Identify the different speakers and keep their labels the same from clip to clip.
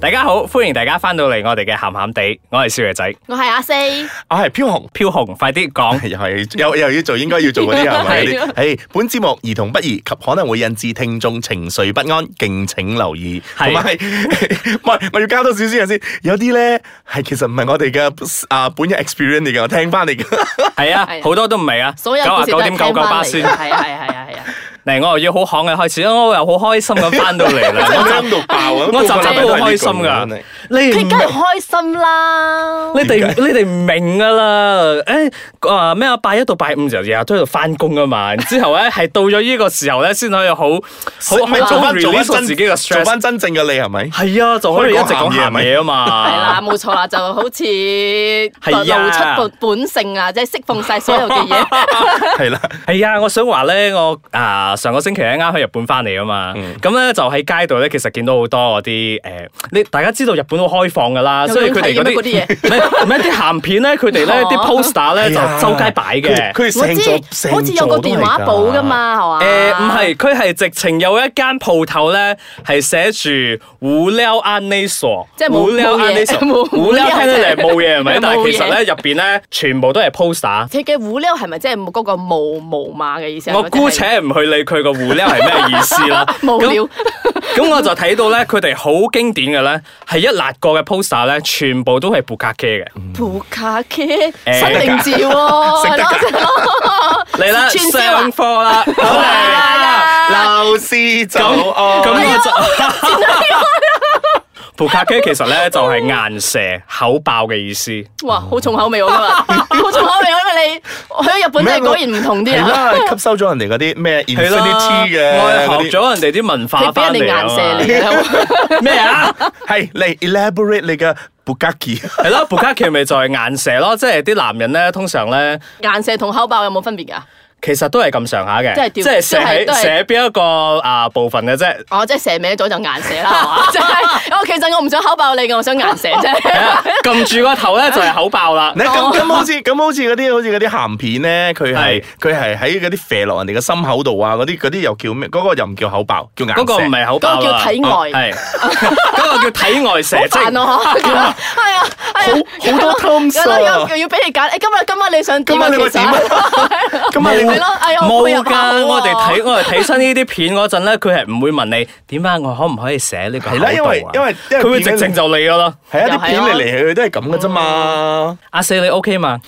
Speaker 1: 大家好，歡迎大家翻到嚟我哋嘅鹹鹹地，我係少爺仔，
Speaker 2: 我係阿四，
Speaker 3: 我啊係飄紅，
Speaker 1: 飄紅，快啲 講。
Speaker 3: 又係又又要做應該要做嗰啲啊
Speaker 1: 啊
Speaker 3: 係咪？
Speaker 2: 係
Speaker 3: 嗰啲係本節目兒童不宜及可能會引致聽眾情緒不安，敬請留意。
Speaker 1: 係
Speaker 3: 同埋係， 唔係我要交多少少嘢先。有啲咧係其實唔係我哋嘅啊本人 experience 嚟嘅，我聽翻嚟 嘅。
Speaker 1: 係啊
Speaker 2: 係，啊
Speaker 1: 好多都唔係啊，
Speaker 2: 所有
Speaker 1: 九啊
Speaker 2: 故事
Speaker 1: 九
Speaker 2: 都係
Speaker 1: 點
Speaker 2: 聽
Speaker 1: 九
Speaker 2: 翻
Speaker 1: 九八
Speaker 2: 嚟
Speaker 1: 先
Speaker 2: 嘅，。 係啊係啊係啊係啊，
Speaker 1: 嚟，我又要好行嘅開始，我又好開心咁翻到嚟啦。我
Speaker 3: 啱到爆 啊！
Speaker 1: 我集集都好開心㗎。
Speaker 3: 㗎真係
Speaker 1: 你
Speaker 2: 佢
Speaker 1: 唔
Speaker 2: 梗係開心啦啊
Speaker 1: 你。哋
Speaker 3: 點解
Speaker 1: 你哋唔明噶啦，誒啊咩啊，拜一到拜五就日日都喺度翻工啊 嘛，之後咧係到咗呢個時候咧，先可以好好
Speaker 3: 咪
Speaker 1: 好
Speaker 3: 做
Speaker 1: 好
Speaker 3: 翻做
Speaker 1: release
Speaker 3: 翻
Speaker 1: 自己嘅
Speaker 3: 真做
Speaker 1: stress，
Speaker 3: 翻真正嘅你 係咪？
Speaker 1: 係啊，就可以一直講鹹嘢啊嘛，
Speaker 2: 係啦，冇錯啦，就好似
Speaker 1: 啊
Speaker 2: 露出本本性啊，即係釋放晒所有嘅嘢。
Speaker 3: 係啦，
Speaker 1: 係啊，我想話咧，我啊上個星期咧啱去日本翻嚟啊嘛，
Speaker 3: 嗯
Speaker 1: 咁咧、就喺街度咧，其實見到好多嗰啲誒，你大家知道日本好開放噶啦，
Speaker 2: 有
Speaker 1: 所以佢哋嗰
Speaker 2: 樣睇嘅咩嗰
Speaker 1: 啲唔
Speaker 2: 啲
Speaker 1: 係唔係啲鹹片咧，佢哋咧
Speaker 2: 哦
Speaker 1: 啲 poster 咧就
Speaker 3: 係啊
Speaker 1: 周街擺嘅。
Speaker 3: 佢哋
Speaker 2: 我
Speaker 3: 成座
Speaker 2: 知，好似有個
Speaker 3: 個
Speaker 2: 電話簿噶。嘛，係嘛？
Speaker 1: 誒唔係，佢係直情有一間鋪頭咧，係寫住胡撩安呢索，
Speaker 2: 即係冇
Speaker 1: 胡撩安呢索，
Speaker 2: 冇嘢 冇
Speaker 1: 胡撩聽起嚟冇嘢係咪
Speaker 2: 冇嘢？
Speaker 1: 但係其實咧入邊咧全部都係 poster。
Speaker 2: 佢嘅胡撩係咪即係嗰個無無碼嘅意思啊？
Speaker 1: 我
Speaker 2: 或者係。
Speaker 1: 姑且唔去理佢個胡撩係咩意思啦
Speaker 2: 無
Speaker 1: 咁
Speaker 2: 聊，
Speaker 1: 咁我就睇到咧，佢哋好經典嘅咧，係一辣過嘅 poster 咧，全部都係布卡機嘅。
Speaker 2: 蒲卡嘅新
Speaker 1: 誒
Speaker 2: 定字喎，係咯係咯
Speaker 1: 嚟啦，
Speaker 2: 串燒啊
Speaker 1: 上課啦，好啊嚟啦。
Speaker 3: 鬧師就哦
Speaker 1: 咁咁
Speaker 3: 愛
Speaker 1: 我就 布卡機其實咧就係硬射口爆嘅意思。
Speaker 2: 哇，好重口味喎今日， 好重口味喎，因為你去咗日本真係果然唔同啲
Speaker 3: 係
Speaker 2: 啊。
Speaker 3: 啦，吸收咗人哋嗰啲咩
Speaker 1: 係啦，
Speaker 3: infinity 嘅
Speaker 1: 我
Speaker 3: 嗰
Speaker 1: 係
Speaker 3: 啲
Speaker 1: 學咗人哋啲文化
Speaker 2: 你俾人
Speaker 1: 翻嚟啊
Speaker 2: 哋
Speaker 1: 嘛。
Speaker 2: 眼射嚟 嘅，
Speaker 1: 咩啊？
Speaker 3: 係嚟 elaborate 你嘅 bugaki
Speaker 1: 係啦，布卡奇咪就係眼射咯，即係啲男人咧，通常咧
Speaker 2: 眼射同口爆有冇分別㗎？
Speaker 1: 其實都係咁上下嘅
Speaker 2: 即係，
Speaker 1: 即
Speaker 2: 吊
Speaker 1: 係射喺
Speaker 2: 都係都係
Speaker 1: 射邊一個啊部分嘅啫。
Speaker 2: 哦，即係射歪咗就眼射啦，係嘛？即係我其實我唔想口爆你嘅，我想眼射 啫。
Speaker 1: 撳住個頭咧就係口爆啦
Speaker 3: 你。咁咁好似咁好似嗰啲好似嗰啲鹹片咧，佢係
Speaker 1: 係
Speaker 3: 佢係喺嗰啲射落人哋嘅心口度啊，嗰啲嗰啲又叫咩？嗰個又唔叫口爆，叫眼
Speaker 1: 嗰個唔係口爆啦，
Speaker 2: 嗰個叫體外
Speaker 1: 係嗰個叫體外射
Speaker 2: 煩
Speaker 1: 精。
Speaker 2: 咯， 係啊，係啊，
Speaker 3: 好多 terms 啊
Speaker 2: 有有要俾你揀，誒，今日今晚你想點啊？
Speaker 3: 今晚你會
Speaker 2: 其實
Speaker 3: 點啊今晚你會
Speaker 2: 係咯，哎呀，我配
Speaker 1: 冇
Speaker 2: 合下
Speaker 1: 㗎，
Speaker 2: 喎
Speaker 1: 我哋睇我哋睇親呢啲片嗰陣咧，佢係唔會問你點啊，我可唔可以寫呢個口
Speaker 3: 係
Speaker 1: 度啊
Speaker 3: 啦，因為因為因為
Speaker 1: 佢會直
Speaker 3: 片
Speaker 1: 情就嚟㗎啦。
Speaker 3: 係啊，
Speaker 2: 又
Speaker 3: 啲片
Speaker 2: 係
Speaker 3: 嚟
Speaker 2: 啊
Speaker 3: 嚟去去都係咁嘅啫嘛。
Speaker 1: 阿四你 OK 嘛？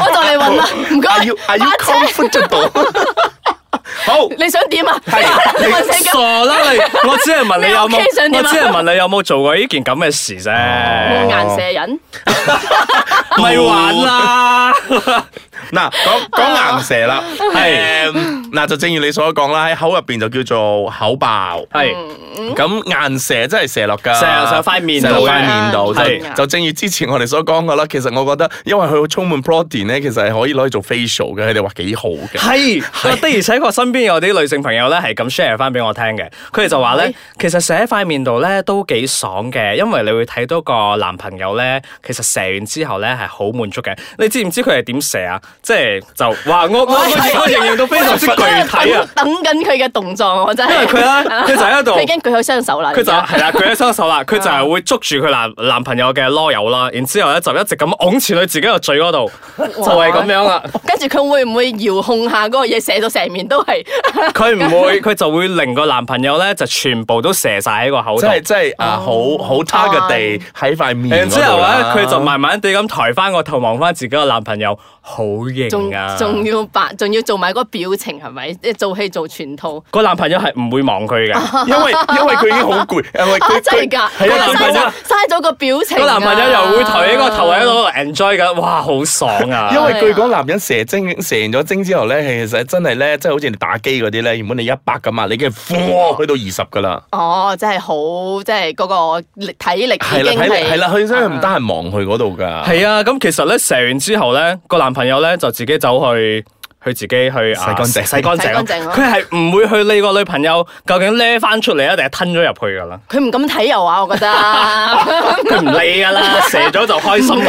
Speaker 2: 我就嚟問啦，唔該，
Speaker 3: Are you are you
Speaker 2: 阿姐
Speaker 3: comfortable？好，
Speaker 2: 你想點啊？ 你問成
Speaker 1: 傻
Speaker 2: 咁，
Speaker 1: 啦你！我只係問你有冇，
Speaker 2: 你 OK 想點
Speaker 1: 我
Speaker 2: 啊
Speaker 1: 只係問你有冇做過呢件咁嘅事啫，
Speaker 2: 冇眼射人，
Speaker 1: 咪玩啦！
Speaker 3: 嗱講講硬射啦，
Speaker 1: 係
Speaker 3: 誒嗱就正如你所講啦，喺口入邊就叫做口爆。
Speaker 1: 係
Speaker 3: 咁硬射真係射落㗎，
Speaker 1: 射落上塊面度
Speaker 3: 射
Speaker 1: 嘅
Speaker 3: 落塊面度，
Speaker 1: 係
Speaker 3: 就就正如之前我哋所講嘅啦。其實我覺得，因為佢充滿 protein 咧，其實係可以攞去做 facial 嘅，佢哋話幾好嘅。
Speaker 1: 係，我的而且確身邊有啲女性朋友咧係咁 share 翻俾我聽嘅，佢哋就話咧
Speaker 2: 係，
Speaker 1: 其實射喺塊面度咧都幾爽嘅，因為你會睇到個男朋友咧，其實射完之後咧係好滿足嘅。你知唔知佢係點射啊？即係就哇！我我我我形容到非常之具體 啊，
Speaker 2: 等緊佢嘅動作，我真
Speaker 1: 因為
Speaker 2: 係。
Speaker 1: 佢咧佢就喺度
Speaker 2: 佢已。經舉起雙手啦，
Speaker 1: 佢就
Speaker 2: 而家
Speaker 1: 係啦，佢一收手啦，佢就係會捉住佢男男朋友嘅囉柚啦，然之後咧就一直咁拱住佢自己個嘴嗰度，就係咁樣啦。
Speaker 2: 跟住佢會唔會遙控下嗰個嘢射到成面都係？
Speaker 1: 佢唔會，佢就會令個男朋友咧就全部都射晒喺個口度
Speaker 3: 即。係即係啊，好好 target 地喺塊面
Speaker 1: 然哦
Speaker 3: 嗰
Speaker 1: 之
Speaker 3: 度
Speaker 1: 後咧，
Speaker 3: 啦
Speaker 1: 佢就慢慢地咁抬翻個頭望翻自己個男朋友，好
Speaker 2: 仲
Speaker 1: 型啊！
Speaker 2: 仲要扮，仲要做埋嗰個表情係咪？即係做戲做全套。
Speaker 1: 個男朋友係唔會望佢 嘅，
Speaker 3: 因 為因為佢已經好攰，因為
Speaker 2: 啊
Speaker 3: 佢
Speaker 2: 真係
Speaker 3: 佢
Speaker 2: 㗎，
Speaker 3: 係
Speaker 1: 啊
Speaker 2: 佢
Speaker 1: 男朋友
Speaker 2: 嘥咗嘥咗個表情啊。啊
Speaker 1: 個男朋友又會抬起
Speaker 3: 啊
Speaker 1: 個頭喺度 enjoy 緊，哇，好爽啊！
Speaker 3: 因為據講男人射精射完咗精之後咧，其實真係咧，即係好似你打機嗰啲咧，原本你一百咁嘛，你已經呼去到二十噶啦。
Speaker 2: 哦，真係好，即係嗰個力體力
Speaker 3: 係
Speaker 2: 已
Speaker 3: 啦，
Speaker 2: 經
Speaker 3: 睇嚟係
Speaker 2: 係
Speaker 3: 啦，佢真係唔得閒望去嗰度㗎。
Speaker 1: 係啊，咁其實咧射完之後咧，個男朋友咧就自己走去去自己去啊
Speaker 3: 洗乾淨
Speaker 1: 洗乾
Speaker 2: 洗乾
Speaker 1: 淨
Speaker 2: 淨
Speaker 1: 咯。
Speaker 2: 咯
Speaker 1: 佢係唔會去理個女朋友究竟孭翻出嚟啊，定係吞咗入去㗎啦。
Speaker 2: 佢唔敢睇又話，我覺 得
Speaker 1: 佢唔理㗎 啦，射咗就開心㗎
Speaker 2: 係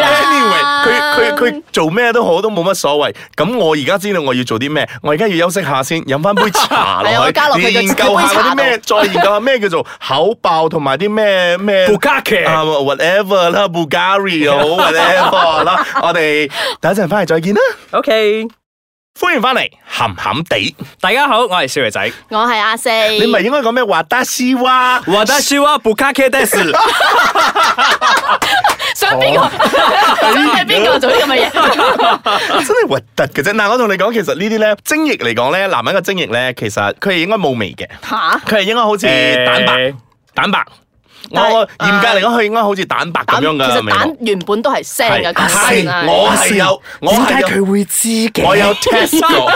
Speaker 1: 啦
Speaker 2: 啦。嗯
Speaker 3: Anyway，佢佢佢做咩都好都冇乜所謂。咁我而家知道我要做啲咩，我而家要休息下先，飲翻杯 茶
Speaker 2: 係啊
Speaker 3: 落
Speaker 2: 我
Speaker 3: 去
Speaker 2: 加落，去個
Speaker 3: 研究下嗰啲咩，
Speaker 2: 杯
Speaker 3: 再研究下咩叫做口爆同埋啲咩咩。
Speaker 1: 布加奇，
Speaker 3: 啊，whatever 啦，Bulgari 又好，whatever 啦，我哋等一陣翻嚟再見啦，
Speaker 1: OK，
Speaker 3: 歡迎翻嚟，鹹鹹地，
Speaker 1: 大家好，我係少爺仔。
Speaker 2: 我係阿四，
Speaker 3: 你咪應該講咩話達西哇，
Speaker 1: 我的是啊我布加奇的事。
Speaker 2: 想邊個？
Speaker 3: 啊
Speaker 2: 想係邊個做呢咁嘅 嘢？
Speaker 3: 真係核突嘅啫。嗱，我同你講，其實呢啲咧精液嚟講咧，男人嘅精液咧，其實佢係應該冇味嘅，
Speaker 2: 吓？
Speaker 3: 佢係應該好似蛋白。
Speaker 1: 誒
Speaker 3: 蛋白。我
Speaker 2: 但係
Speaker 3: 我嚴格嚟講，佢應該好似蛋白咁
Speaker 2: 蛋
Speaker 3: 樣噶，
Speaker 2: 其實
Speaker 3: 明
Speaker 2: 蛋原本都係聲
Speaker 3: 係
Speaker 2: 嘅，講
Speaker 3: 阿四
Speaker 2: 真啊
Speaker 3: 我係有，我
Speaker 1: 點解
Speaker 3: 係有，
Speaker 1: 佢會知嘅？
Speaker 3: 我有 test 過，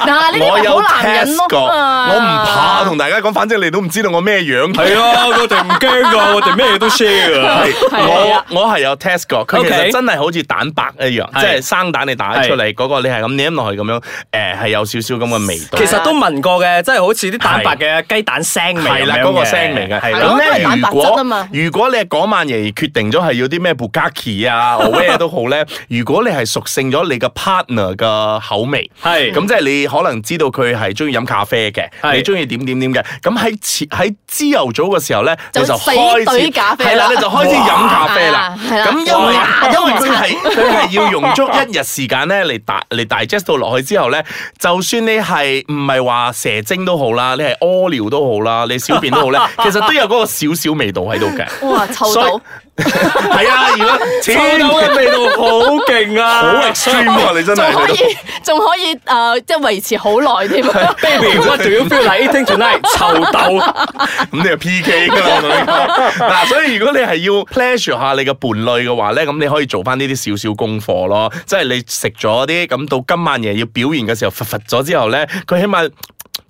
Speaker 2: 嗱呢
Speaker 3: 我
Speaker 2: 啲咪好
Speaker 3: 有
Speaker 2: 男
Speaker 3: test
Speaker 2: 人咯，
Speaker 3: 過，
Speaker 2: 啊
Speaker 3: 我唔怕同大家講，反正你都唔知道我咩樣。
Speaker 1: 系啊，我哋唔驚噶，我哋咩都 share 啊。
Speaker 3: 係
Speaker 2: 係啊
Speaker 3: 我我係有 test 過，佢
Speaker 1: OK
Speaker 3: 其實真係好似蛋白一樣，
Speaker 1: 係
Speaker 3: 即係生蛋你打出嚟嗰個，你係咁舐落去咁樣，誒係有少少咁嘅味 道。
Speaker 1: 其實都聞過嘅，即係好似啲蛋白嘅雞蛋腥味咁樣嘅。
Speaker 3: 係啦，嗰個聲嚟嘅。
Speaker 1: 係
Speaker 2: 啦
Speaker 3: 咁
Speaker 2: 因
Speaker 3: 咧，
Speaker 2: 為蛋白
Speaker 3: 如
Speaker 2: 質啊
Speaker 3: 果
Speaker 2: 嘛
Speaker 3: 如果你係嗰晚夜決定咗係要啲咩 b u g a k i 啊、或咩都好咧，如果你係屬性咗你嘅 partner 嘅口味。
Speaker 1: 係咁
Speaker 3: 咁即係你可能知道佢係中意飲咖啡嘅，
Speaker 1: 係
Speaker 3: 你中意點點點嘅。咁喺前喺朝頭早嘅時候咧，
Speaker 2: 就
Speaker 3: 你就
Speaker 2: 死
Speaker 3: 開始
Speaker 2: 對咖啡啦
Speaker 3: 係啦，你就開始飲咖啡啦
Speaker 2: 啊。係啦
Speaker 3: 咁因為
Speaker 2: 哇
Speaker 3: 因為佢係佢係要用足一日時間咧嚟大嚟 digest 到落去之後咧，就算你係唔係話蛇精都好啦，你係屙尿都好啦，你小便都好 咧，其實都有嗰個少少味道喺度嘅。
Speaker 2: 哇臭
Speaker 3: 所以
Speaker 2: 到，
Speaker 3: 係啊，如 果千
Speaker 1: 臭豆
Speaker 2: 啊
Speaker 1: 嘅味道好勁啊！
Speaker 3: 好 extreme 啊，你真係
Speaker 2: 仲可
Speaker 3: 去到
Speaker 2: 以仲可以誒，即係維持好耐添。
Speaker 1: baby，what do you feel like eating tonight？臭豆，
Speaker 3: 咁你就 P K 噶啦，我同你講嗱，所以如果你係要 pleasure 下你嘅伴侶嘅話咧，咁你可以做翻呢啲少少功課咯，即係你食咗啲，咁到今晚夜要表現嘅時候，佛佛咗之後咧，佢起碼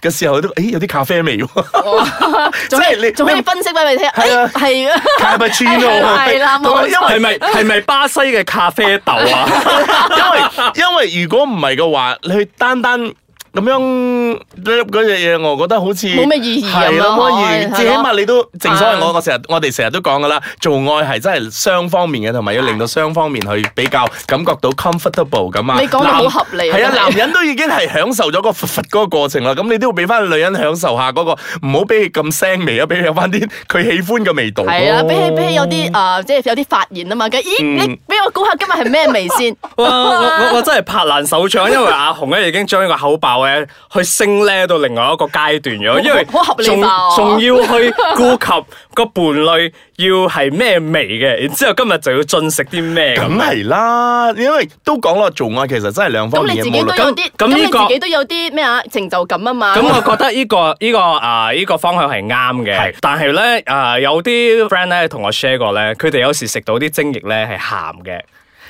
Speaker 3: 嘅時候都，誒有啲咖啡 味喎
Speaker 2: 仲
Speaker 3: 即係你
Speaker 2: 可以仲可
Speaker 3: 你
Speaker 2: 以分析俾你聽，
Speaker 3: 係啊
Speaker 2: 誒係啊，
Speaker 3: ，cappuccino
Speaker 2: 係啦
Speaker 3: 同埋
Speaker 2: 冇
Speaker 3: 因為
Speaker 1: 係咪係咪巴西嘅咖啡豆啊？
Speaker 3: 因為因為如果唔係嘅話，你去單單咁樣嗰隻嘢，我覺得好似
Speaker 2: 冇咩意義咁
Speaker 3: 係啦，
Speaker 2: 咯
Speaker 3: 冇乜意義。
Speaker 2: 係
Speaker 3: 最起
Speaker 2: 係咯
Speaker 3: 碼你都正所謂
Speaker 2: 啊
Speaker 3: 我我成日我哋成日都講噶啦，做愛係真係雙方面嘅，同埋要令到雙方面去比較感覺到 comfortable 咁啊。
Speaker 2: 你講得好
Speaker 3: 男
Speaker 2: 合理啊
Speaker 3: 係
Speaker 2: 真
Speaker 3: 啊，
Speaker 2: 係
Speaker 3: 男人都已經係享受咗個佛佛嗰個過程啦，咁你都要俾翻女人享受下嗰個，唔好俾佢咁腥味啊，俾佢有翻啲佢喜歡嘅味道。
Speaker 2: 係啊，比起比起有啲誒，即係有啲發言啊嘛，咁咦你俾我估下今日係咩味先？
Speaker 1: 哇！我我我真係拍爛手掌，因為阿紅咧已經將呢個口爆咧去升咧到另外一個階段咗，因為
Speaker 2: 好好合理
Speaker 1: 仲
Speaker 2: 吧我
Speaker 1: 仲要去 顧及個伴侶要係咩味嘅，然之後今日就要進食啲咩咁
Speaker 3: 梗。係啦，因為都講啦，做愛其實真係兩方
Speaker 2: 咁你
Speaker 3: 面嘅，
Speaker 2: 自己
Speaker 3: 無
Speaker 2: 都
Speaker 3: 論
Speaker 2: 有啲，
Speaker 1: 咁咁
Speaker 2: 咁你
Speaker 1: 呢個
Speaker 2: 自己都有啲咩啊成就感啊嘛。
Speaker 1: 咁我覺得呢、個呢、個啊呢、個方向係啱嘅
Speaker 3: 係，
Speaker 1: 但係咧啊有啲 friend 咧同我 share 過咧，佢哋有時食到啲精液咧係鹹嘅。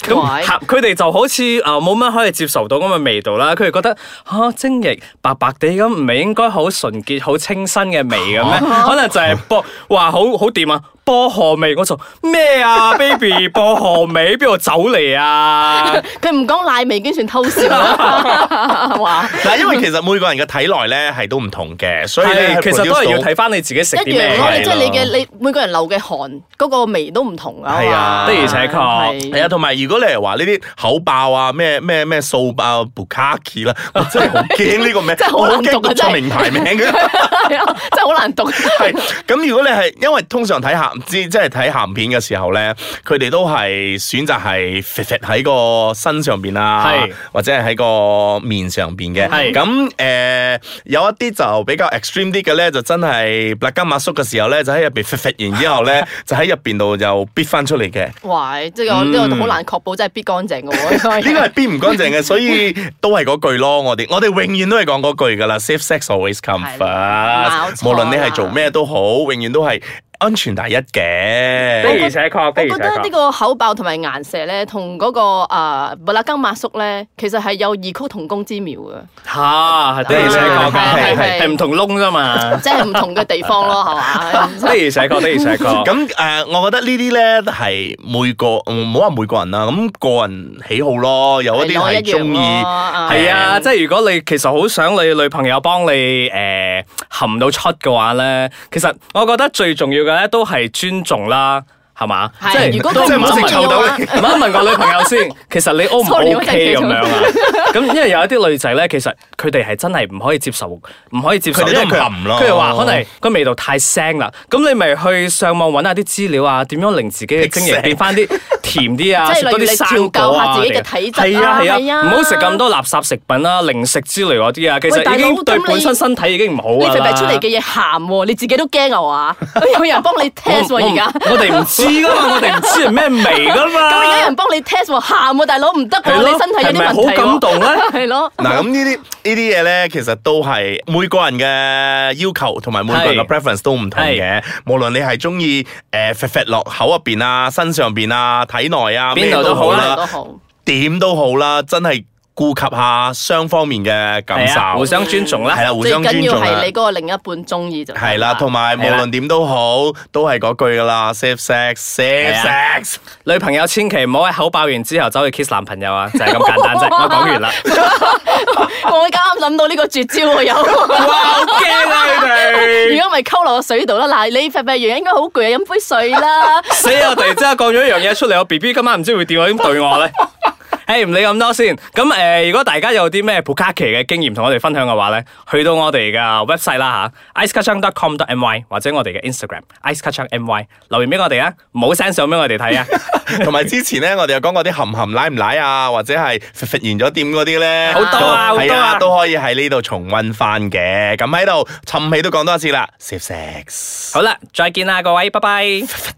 Speaker 1: 咁
Speaker 2: 喂
Speaker 1: 鹹佢哋就好似啊冇乜可以接受到咁嘅味道啦，佢哋覺得嚇、啊精液白白地咁，唔係應該好純潔、好清新嘅味嘅咩？
Speaker 2: 哦
Speaker 1: 可能就係薄哇，好好掂啊！薄荷味，我就咩啊，baby，薄 荷味邊度走嚟啊？
Speaker 2: 佢唔講奶味已經算偷笑啦，哇！
Speaker 3: 嗱，因為其實每個人嘅體內咧係都唔同嘅，所以咧
Speaker 1: 係其實都係要
Speaker 3: produce 到
Speaker 1: 睇翻你自己食
Speaker 2: 一
Speaker 1: 啲
Speaker 2: 樣
Speaker 1: 咩
Speaker 2: 咯，
Speaker 3: 係
Speaker 2: 你即係
Speaker 3: 啦
Speaker 2: 你嘅你每個人流嘅汗嗰個味都唔同啊嘛。
Speaker 3: 係啊的而
Speaker 1: 且確
Speaker 2: 係
Speaker 3: 係啊，同埋如果你係話呢啲口爆啊，咩咩咩掃爆、布卡奇啦，我真係好驚呢個 名，
Speaker 2: 真係好
Speaker 3: 我好
Speaker 2: 難讀
Speaker 3: 驚
Speaker 2: 啊
Speaker 3: 讀
Speaker 2: 真
Speaker 3: 錯
Speaker 2: 係
Speaker 3: 名牌名嘅。
Speaker 2: 係啊，真係好難讀。
Speaker 3: 係咁，如果你係因為通常睇鹹即即係睇鹹片嘅時候咧，佢哋都係選擇係肥肥喺個身上邊啊
Speaker 1: 係，
Speaker 3: 或者係喺個面上邊嘅。
Speaker 1: 係
Speaker 3: 咁誒、呃有一啲就比較 extreme 啲嘅咧，就真係black 金馬叔嘅時候咧，就喺入邊肥肥，然之後咧就喺入邊度就逼翻出嚟嘅。
Speaker 2: 哇！即係我呢個好難確保真係必乾淨嘅
Speaker 3: 呢個
Speaker 2: 喎。
Speaker 3: 係邊唔乾淨嘅，所以都係嗰句咯。我哋我哋永遠都係講嗰句噶啦，safe sex always come
Speaker 2: 係啦冇
Speaker 3: first。
Speaker 2: 錯
Speaker 3: 無
Speaker 2: 啦
Speaker 3: 論你係做咩都好，永遠都係誒、安全第一
Speaker 1: 的
Speaker 3: 嘅。
Speaker 1: 而且確，的而
Speaker 2: 我
Speaker 1: 且
Speaker 2: 覺得呢
Speaker 1: 確。
Speaker 2: 個口爆同埋顏射咧，同嗰個誒布拉更馬叔咧，其實係有異曲同工之妙嘅，
Speaker 1: 嚇，的而且確
Speaker 3: 係
Speaker 1: 㗎，
Speaker 2: 係
Speaker 1: 係係唔同窿啫 嘛。
Speaker 2: 即係唔同嘅地方咯，係嘛？
Speaker 1: 的而且確，的而且確。
Speaker 3: 咁誒、呃我覺得呢啲咧係每個嗯唔好話每個人啦，咁個人喜好咯，有一啲係中意，
Speaker 1: 係
Speaker 2: 係
Speaker 1: 啊，即係如果你其實好想你女朋友幫你誒、呃含到出嘅話咧，其實我覺得最重要嘅咧都係尊重啦，係嘛？
Speaker 2: 係
Speaker 1: 即係
Speaker 2: 如果
Speaker 1: 都
Speaker 2: 佢唔中意嘅話
Speaker 1: 你問一問個女朋友 先，其實你 O 唔
Speaker 2: Sorry，我
Speaker 1: O
Speaker 2: 真係
Speaker 1: K
Speaker 2: 記
Speaker 1: 咁
Speaker 2: 錯
Speaker 1: 樣啊？咁因為有一啲女仔咧，其實佢哋係真係唔可以接受，唔可以接受，
Speaker 3: 佢哋
Speaker 1: 因
Speaker 3: 都
Speaker 1: 為
Speaker 3: 唔含咯
Speaker 1: 佢哋話可能個味道太腥啦，咁你咪去上網揾下啲資料啊，點樣令自己嘅精 液變翻啲甜啲啊，
Speaker 2: 即係
Speaker 1: 食多
Speaker 2: 例如
Speaker 1: 啲
Speaker 2: 你
Speaker 1: 生果啊
Speaker 2: 調教下自己嘅
Speaker 1: 定
Speaker 2: 體質
Speaker 1: 係
Speaker 2: 啊
Speaker 1: 啊
Speaker 2: 係
Speaker 1: 係
Speaker 2: 啊
Speaker 1: 啊，唔好食咁多垃圾食品啦、零食之類嗰啲啊，其
Speaker 2: 喂大佬
Speaker 1: 實已經對
Speaker 2: 咁你
Speaker 1: 本身身體已經唔好
Speaker 2: 你
Speaker 1: 啊
Speaker 2: 肥肥出嚟嘅嘢鹹喎，你自己都驚啊嘛？有人幫你 test
Speaker 1: 我
Speaker 2: 喎而家。
Speaker 1: 我我哋唔知噶嘛，我哋唔知係咩味噶嘛。
Speaker 2: 咁而家有人幫你 test 喎，鹹喎，大佬唔得
Speaker 1: 係
Speaker 2: 喎，
Speaker 1: 咯
Speaker 2: 你身體有啲問題喎。
Speaker 1: 係咪好感動咧
Speaker 2: 係咯，
Speaker 3: 嗱，咁呢啲呢啲嘢咧，其實都係每個人嘅要求同埋每個人嘅 preference 都唔同嘅。無論你係中意誒肥肥落口入邊啊、身上邊啊、體內啊，
Speaker 1: 邊度
Speaker 3: 咩
Speaker 1: 都好啦
Speaker 2: 都好。
Speaker 3: 點都好啦，真係顧及下雙方面嘅感
Speaker 1: 係啊互
Speaker 3: 受。
Speaker 1: 相尊重啦
Speaker 3: 係。啦，互
Speaker 2: 最
Speaker 3: 相尊
Speaker 2: 緊要
Speaker 3: 重啊
Speaker 2: 係你嗰。個另一半中意就得
Speaker 3: 係啦，同埋無
Speaker 1: 係啦
Speaker 3: 論點都好，都係嗰句噶啦，safe sex，safe
Speaker 1: 係啊
Speaker 3: sex。
Speaker 1: 女朋友千祈唔好喺口爆完之後走去 kiss 男朋友啊，就係咁 簡單啫。我講完啦。
Speaker 2: 我啱啱諗到呢個絕招喎，有。
Speaker 1: 哇，好驚啊你哋！
Speaker 2: 如果唔係溝落個水度啦，嗱，你肥肥完應該好攰啊，飲杯水啦。
Speaker 1: 死啊！突然之間講咗一樣嘢出嚟，我 B B 今晚唔知會點樣對 我咧。誒唔理咁多先，咁誒、呃如果大家有啲咩 p o k a k i 嘅經驗同我哋分享嘅話咧，去到我哋嘅 website 啦吓 i c e k a c h a n g c o m m y 或者我哋嘅 Instagram i c e k a c h a n g m y 留言俾我哋啊，唔好 send 相俾我哋睇 啊，
Speaker 3: 同埋之前咧，我哋有講過啲含含奶唔奶啊，或者係肥肥完咗點嗰啲咧，
Speaker 1: 好多啊
Speaker 3: 都
Speaker 1: 好多啊
Speaker 3: 係都可以喺呢度重温翻嘅。咁喺度，氹起都講多一次啦，safe sex。
Speaker 1: 好啦，再見啦各位，拜拜。